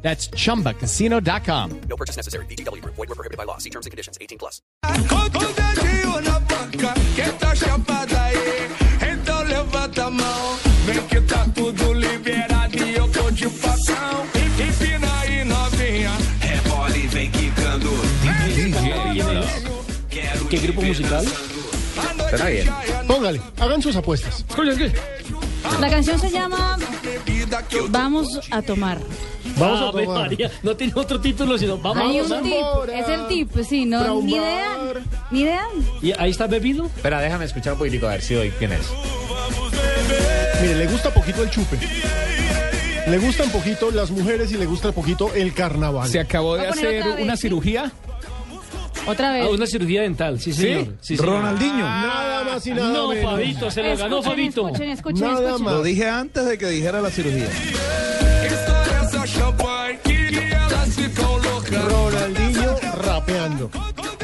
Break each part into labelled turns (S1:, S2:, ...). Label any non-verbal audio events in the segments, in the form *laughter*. S1: That's chumbacasino.com.
S2: No purchase necessary. BGW. Void were prohibited by law. See terms and conditions. 18 plus.
S3: Con tu dedinho na banca, que tá chapada aí. Então levanta a mão, vem que tá tudo liberado e eu tô de facão. Empina aí novinha,
S4: Rebole vem quicando. Quero
S5: ¿Qué grupo musical?
S3: a noite já é
S6: Póngale, hagan sus apuestas.
S7: La canción se llama
S3: bebida que eu
S7: Vamos a tomar.
S6: Vamos a
S5: Ave
S6: tomar.
S5: María, no tiene otro título, sino vamos
S7: Hay
S5: a
S7: un
S5: gozar.
S7: tip, es el tip, sí, no, ni idea,
S6: Traumar.
S7: ni idea.
S5: ¿Y ahí está bebido? Ah,
S8: Espera, déjame escuchar un poquitico a ver si doy quién es.
S6: Mire, le gusta poquito el chupe. Le gustan poquito las mujeres y le gusta poquito el carnaval.
S9: Se acabó de
S7: Voy a poner
S9: hacer
S7: otra vez,
S9: una
S7: ¿sí?
S9: cirugía.
S7: Otra vez.
S5: Ah, una cirugía dental, sí, señor. Sí, señor.
S9: Ronaldinho.
S6: Nada más y nada
S5: Ah, No,
S6: menos.
S5: Fabito, se lo ganó
S7: escuchen,
S5: Fabito.
S7: escuchen, escuchen,
S6: Nada
S7: escuchen.
S6: más.
S9: dije antes de que dijera la cirugía.
S3: estoura essa champanhe, que elas ficam loucas.
S6: Ronaldinho rapeando.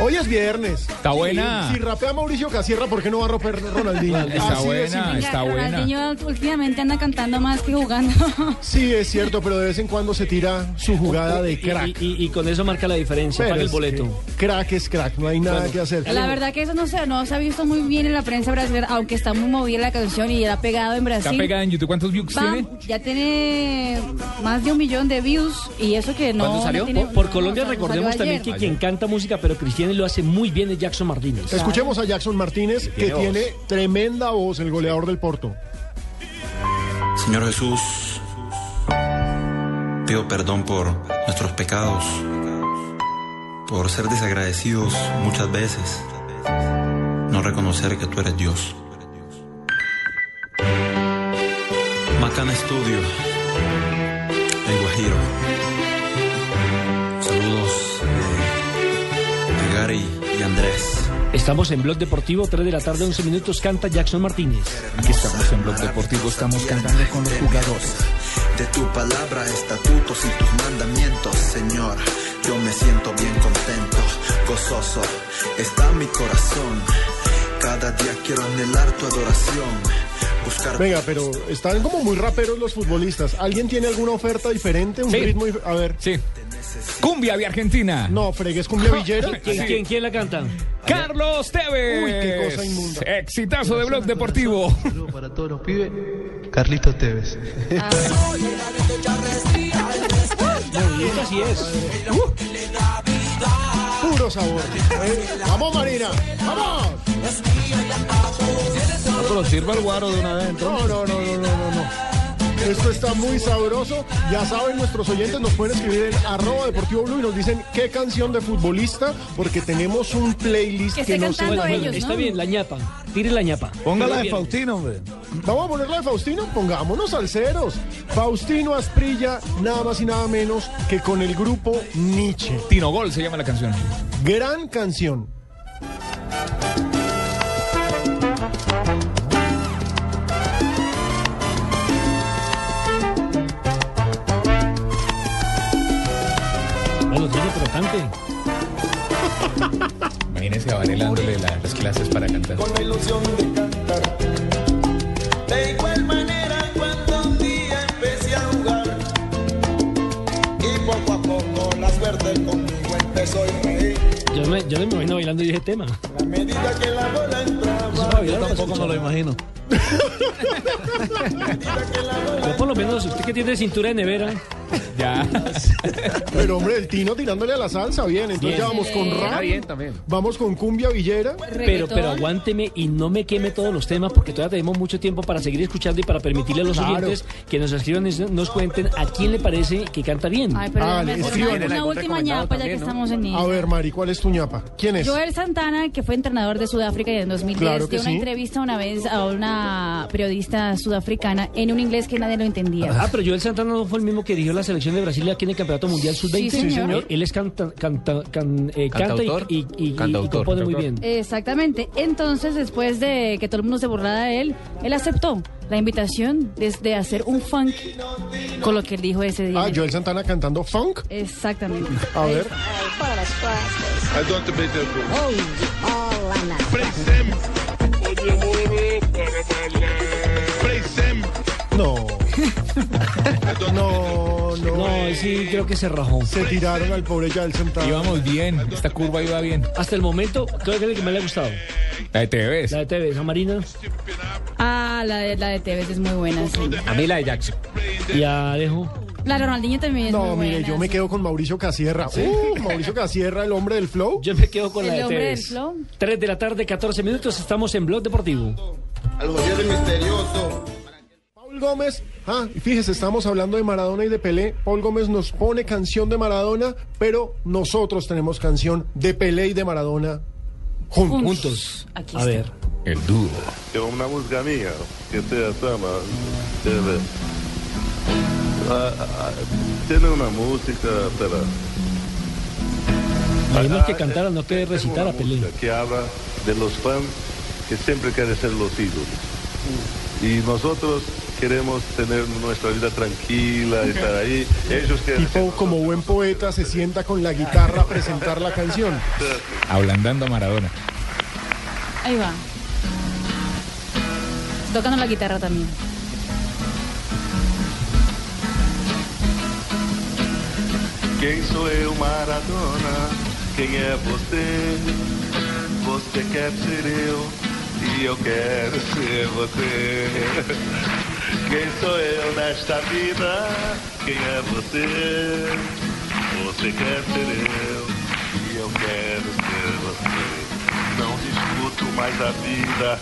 S6: Hoy es viernes.
S9: Está buena.
S6: Si, si rapea Mauricio Casierra, ¿por qué no va a romper Ronaldinho?
S9: Está
S6: Así de
S9: buena,
S6: simple.
S7: Venga,
S9: está buena.
S7: Ronaldinho últimamente anda cantando más que jugando.
S6: Sí, es cierto, pero de vez en cuando se tira su jugada de
S5: Y,
S6: crack.
S5: y- y- y con eso marca la diferencia,
S6: Pero
S5: paga el
S6: es
S5: boleto.
S6: que Crack es crack, no hay nada
S5: Claro.
S6: que hacer.
S7: la verdad que eso no se, no se ha visto muy bien en la prensa brasileña, aunque está muy movida la canción y era pegado en
S9: Está
S7: Brasil.
S9: pegada en YouTube. ¿Cuántos views
S7: Bam,
S9: tiene?
S7: ya tiene más de un millón de views y eso que no.
S8: ¿Cuándo
S7: no
S8: salió?
S7: tiene-
S5: Por, por
S7: no,
S5: Colombia
S7: o sea, no
S5: recordemos
S7: salió
S5: también
S7: ayer.
S5: que quien canta música pero cristiana y lo hace muy bien es Jackson Martínez.
S6: Escuchemos a Jackson Martínez, que
S8: voz.
S6: tiene tremenda voz, el goleador del Porto.
S4: Señor Jesús, pido perdón por nuestros pecados, por ser desagradecidos muchas veces, no reconocer que tú eres Dios. Macana Estudio, El Guajiro. Saludos eh, de Gary y Andrés.
S5: Estamos en Blog Deportivo, 3 de la tarde, 11 minutos, canta Jackson Martínez.
S9: Aquí estamos en Blog Deportivo, estamos cantando con los jugadores.
S4: De tu palabra, estatutos y tus mandamientos, Señor. Yo me siento bien contento, gozoso. Está mi corazón. Cada día quiero anhelar tu adoración. Buscar
S6: Venga, pero están como muy raperos los futbolistas. ¿Alguien tiene alguna oferta diferente? Un
S9: Sí.
S6: ritmo. dif- A ver.
S9: Sí. Cumbia de Argentina.
S6: No, fregues cumbia
S9: *laughs*
S6: villera.
S5: ¿Quién, quién, quién la canta?
S9: Carlos Tevez.
S6: Uy, qué cosa inmunda.
S9: Exitazo de Blog Deportivo.
S10: Saludo para todos los pibes, Carlitos Tevez.
S5: Esta sí es.
S6: Puro sabor. Vamos, Marina. Vamos.
S9: Pero sirva el guaro de una vez.
S6: No, no, no, no, no, no, no. Esto está muy sabroso. Ya saben, nuestros oyentes nos pueden escribir en arroba deportivo blue y nos dicen qué canción de futbolista, porque tenemos un playlist
S7: Que
S6: que,
S7: esté
S6: no se...
S7: cantando
S6: Bueno,
S7: ellos,
S5: está
S7: ¿no?
S5: bien, la ñapa. Tire la ñapa.
S9: Póngala de Faustino, hombre.
S6: Vamos a ponerla de Faustino, pongámonos salseros. Faustino Asprilla, nada más y nada menos que con el grupo Nietzsche.
S9: Tino Gol se llama la canción.
S6: Gran canción.
S5: Bueno, tiene pero cante.
S9: Imagínense a Varela dándole la- las clases para cantar.
S3: con la ilusión de cantar. De igual manera cuando un día empecé a jugar y poco a poco la suerte conmigo empezó a reír.
S5: Yo me, yo me imagino bailando ese tema.
S3: A medida que la bola entraba,
S5: yo tampoco me lo imagino. Yo por lo menos, usted que tiene cintura de nevera,
S9: Ya.
S6: Pero hombre, el Tino tirándole a la salsa, bien. Entonces
S5: Bien.
S6: ya vamos con
S8: Está
S6: rap,
S8: bien también.
S6: vamos con cumbia villera.
S5: pero, pero
S7: Reggaetón.
S5: aguánteme y no me queme todos los temas porque todavía tenemos mucho tiempo para seguir escuchando y para permitirle a los
S6: Claro.
S5: oyentes que nos escriban y nos cuenten a quién le parece que canta bien.
S7: Ay, pero
S6: Ah,
S7: déjame hacer
S6: escriban.
S7: una, una última ñapa ya que estamos en ello.
S6: A ver, Mari, ¿cuál es tu ñapa? ¿Quién es?
S7: Joel Santana, que fue entrenador de Sudáfrica y en 2010,
S6: Claro que
S7: dio una
S6: sí.
S7: entrevista una vez a una una periodista sudafricana en un inglés que nadie lo entendía.
S5: Ah, pero Joel Santana no fue el mismo que dirigió la selección de Brasil aquí en el Campeonato Mundial Sub-20.
S7: Sí, señor.
S5: Él es canta, canta- can- eh, canta y,
S8: Cantautor.
S5: y- y- y
S8: Cantautor.
S5: compone muy bien.
S7: Exactamente. Entonces, después de que todo el mundo se burlara de él, él aceptó la invitación desde hacer un funk con lo que él dijo ese día.
S6: Ah, Joel Santana cantando funk.
S7: Exactamente.
S6: A ver. No. No, no.
S5: No, ahí sí creo que se rajó.
S6: Se tiraron al pobre Joel Santana.
S8: Íbamos bien, esta curva iba bien.
S5: Hasta el momento, creo que es la que más le ha gustado.
S8: La de TVs.
S5: La de TV, esa Marina
S7: Ah, la de, la de Tevez es muy buena, sí.
S8: A mí la de Jackson.
S5: y a Alejo.
S7: La de Ronaldinho también es
S6: No,
S7: muy buena.
S6: mire, yo me quedo con Mauricio Casierra. Uh, Mauricio Casierra, el hombre del flow.
S5: Yo me quedo con
S7: El
S5: la de
S7: hombre del
S5: Tevez.
S7: flow.
S5: 3 de la tarde, 14 minutos, estamos en Blog Deportivo.
S6: Paul Gómez, ah, y fíjese, estamos hablando de Maradona y de Pelé. Paul Gómez nos pone canción de Maradona, pero nosotros tenemos canción de Pelé y de Maradona juntos.
S5: Juntos.
S7: Aquí
S5: A
S7: está.
S5: ver.
S8: El dúo.
S11: É uma música minha, que se chama. Teve. Ah, ah, Tem uma música. Pera.
S5: Además que
S11: Ah,
S5: cantara, no
S11: eh,
S5: que
S11: tengo una
S5: recitara pues, Pelé.
S11: música Que habla de los fans que siempre quieren ser los ídolos. Y nosotros queremos tener nuestra vida tranquila, estar ahí. Ellos quieren.
S6: Tipo, como buen poeta, se sienta con la guitarra a presentar la canción.
S8: Ablandando a Maradona.
S7: Ahí va. Tocando la guitarra también.
S11: Quem sou eu, Maradona? Quem é você? Você quer ser eu e eu quero ser você. Quem sou eu nesta vida? Quem é você? Você quer ser eu e eu quero ser você. Não discuto mais a vida,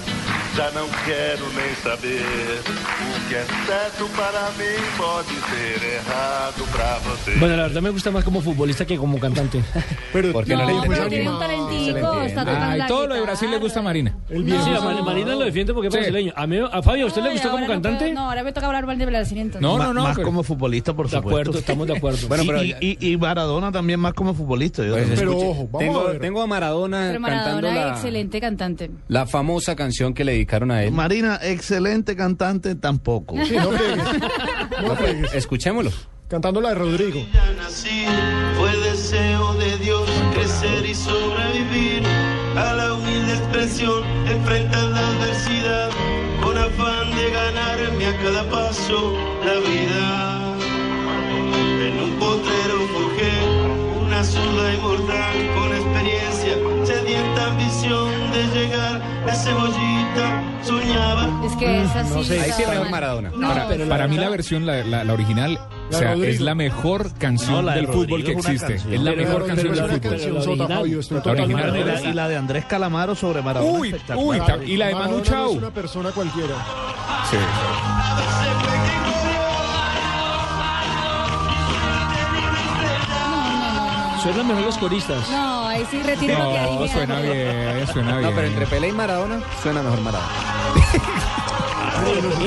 S11: já não quero nem saber. O que é certo para mim pode ser errado para você.
S5: Bueno, la verdad me gusta más como futbolista que como
S7: *laughs*
S5: cantante.
S6: Pero
S8: Porque no le
S7: No,
S8: entiende.
S7: pero tiene un talentico, está tocando
S8: Ay,
S7: la
S8: todo lo de
S7: guitarra.
S8: Brasil le gusta a Marina.
S6: el
S5: Sí,
S6: viejo
S5: a Ma- Marina lo defiende porque es
S8: Sí.
S5: brasileño. A, mí, a Fabio, ¿a usted le
S7: Ay,
S5: gustó como
S7: ahora no puedo-
S5: cantante?
S7: No, ahora me toca hablar mal de Brasil entonces.
S8: No, no, no.
S9: más
S8: pero-
S9: como futbolista, por
S5: De acuerdo,
S9: supuerdo.
S5: estamos de acuerdo.
S9: Bueno,
S8: Sí,
S9: pero
S8: y-
S9: y, y Maradona también más como futbolista. yo
S8: Pues,
S9: también.
S6: Pero
S8: escuche,
S6: ojo, vamos
S8: tengo,
S6: a ver.
S8: tengo a Maradona,
S7: Pero Maradona
S8: cantando la,
S7: excelente cantante.
S8: la famosa canción que le dedicaron a él.
S9: Marina, excelente cantante tampoco.
S6: Sí, no pegues. No pegues.
S8: Escuchémoslo.
S6: Cantando la de Rodrigo.
S11: nací fue deseo de Dios crecer y sobrevivir a la humilde expresión enfrentar la adversidad con afán de ganarme a cada paso la vida en un potrero forjé una zurda inmortal con experiencia sedienta ambición de llegar a cebollita soñaba
S7: Es que es así.
S5: sé.
S8: Ahí sí
S7: Maradona.
S8: rayó Maradona.
S7: No,
S8: para
S7: pero
S8: para
S5: la
S8: mí
S5: verdad-
S8: la versión, la, la- la original, o sea,
S6: Rodrigo.
S8: es la mejor canción
S9: No, la de
S8: del
S9: Rodrigo
S8: fútbol que
S9: es una
S8: existe.
S9: canción.
S8: Es la
S6: Pero-
S8: mejor
S6: pero
S8: canción
S6: era
S8: del
S6: una
S8: fútbol.
S6: canción
S5: Pero la
S6: sota,
S5: original.
S6: Fabio, estoy
S5: La
S6: totalmente
S5: original.
S6: de
S9: Maradona
S6: acuerdo.
S9: y la de Andrés Calamaro sobre Maradona.
S8: Uy,
S9: espectacular.
S8: uy, tam- y la de
S6: Maradona
S8: Manu
S6: no
S8: Chao.
S6: Es una persona cualquiera.
S8: Sí.
S5: Suenan mejor los coristas.
S7: No, ahí sí retiro lo que
S8: No,
S7: dije.
S8: suena bien, suena bien.
S9: No, pero entre Pelé y Maradona suena mejor Maradona.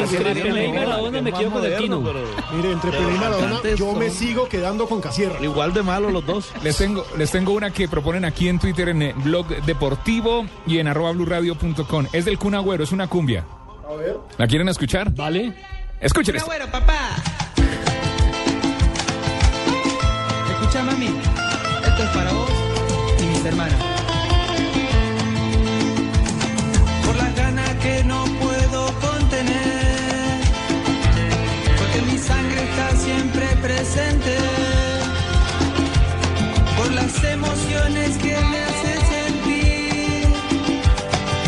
S5: Entre Pelé y Maradona me
S9: Más
S5: quedo con el
S9: moderno,
S5: Tino.
S9: pero
S6: Mire, entre Pelé y Maradona,
S9: cantantes
S6: yo me
S9: son-
S6: sigo quedando con Casierra.
S9: Igual de malo los dos.
S8: Les tengo, les tengo una que proponen aquí en Twitter, en eh, blog deportivo y en arroba blurradio.com. Es del Kun Agüero, es una cumbia. ¿La quieren escuchar?
S5: ¿Vale?
S8: Escuchen esta.
S9: papá. Escucha, mami. Esto es para vos y mis hermanas. Por las ganas que no puedo contener. Porque mi sangre está siempre presente. Por las emociones que me hace sentir.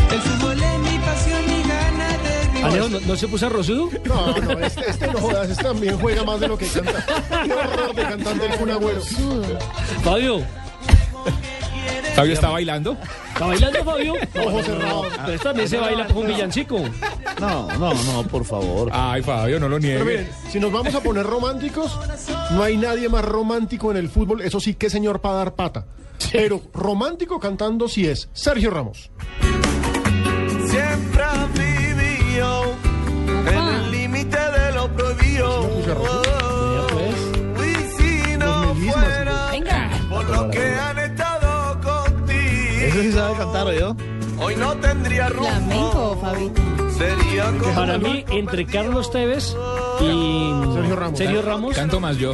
S9: El fútbol es mi pasión, mi gana de vivir.
S5: Alejo, Ah, ¿no, no se puso rosudo?
S6: No, no, este, este no jodas, este también juega más de lo que canta. Qué horror de cantante el Kun Agüero.
S5: Fabio,
S8: Fabio está bailando.
S5: ¿está
S9: *laughs*
S5: bailando Fabio?
S6: Ojo cerrado.
S5: Pero esta Ah, pues, también se baila con villancico.
S9: No, no, no, por favor.
S8: Ay, Fabio, no lo
S6: Pero
S8: niegues.
S6: miren, si nos vamos a poner románticos, no hay nadie más romántico en el fútbol. Eso sí, qué señor para dar pata. Pero romántico cantando sí es Sergio Ramos.
S11: Siempre vivió
S3: Oh,
S5: pues.
S11: Usted sí sabe cantar, ¿oyó?
S3: Hoy no tendría rumbo.
S7: Flamenco, Fabito.
S3: Sería como
S5: Para mí, entre Carlos Tevez y Sergio Ramos,
S12: Canto más yo.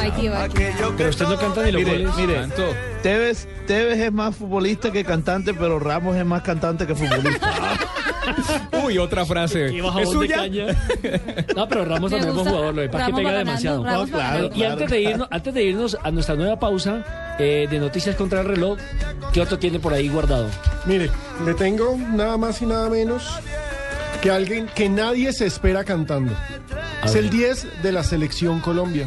S7: Ay, qué bacana.
S5: Pero usted no canta ni los
S11: Mire,
S5: goles.
S11: mire,
S12: Canto.
S11: Tevez, Tevez es más futbolista que cantante, pero Ramos es más cantante que futbolista.
S12: Uy, otra frase.
S5: Y baja
S12: ¿Es
S5: voz de
S12: suya?
S5: caña. No, pero Ramos también
S7: Me
S5: es buen
S7: gusta.
S5: jugador, lo de para que
S7: Ramos
S5: pega
S7: va ganando,
S5: demasiado.
S7: Ramos No, va claro,
S11: ganando.
S5: Y antes de irnos, antes de irnos a nuestra nueva pausa eh, de noticias contra el reloj, ¿qué otro tiene por ahí guardado?
S6: Mire, le tengo nada más y nada menos que alguien que nadie se espera cantando. Es el 10 de la selección Colombia.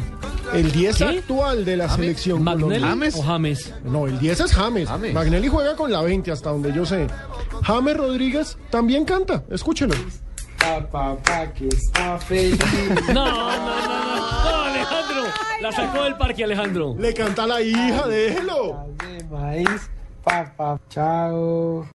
S6: El 10
S5: ¿Qué?
S6: actual de la selección
S5: ¿Magnelli
S6: Colombia.
S5: o James?
S6: No, el 10 es James.
S11: James.
S6: Magnelli juega con la 20 hasta donde yo sé. James Rodríguez también canta. Escúchenlo.
S5: No, no, no, no. No, Alejandro. La sacó del parque, Alejandro.
S6: Le canta a la hija, déjelo.
S13: de maíz, papá, chao.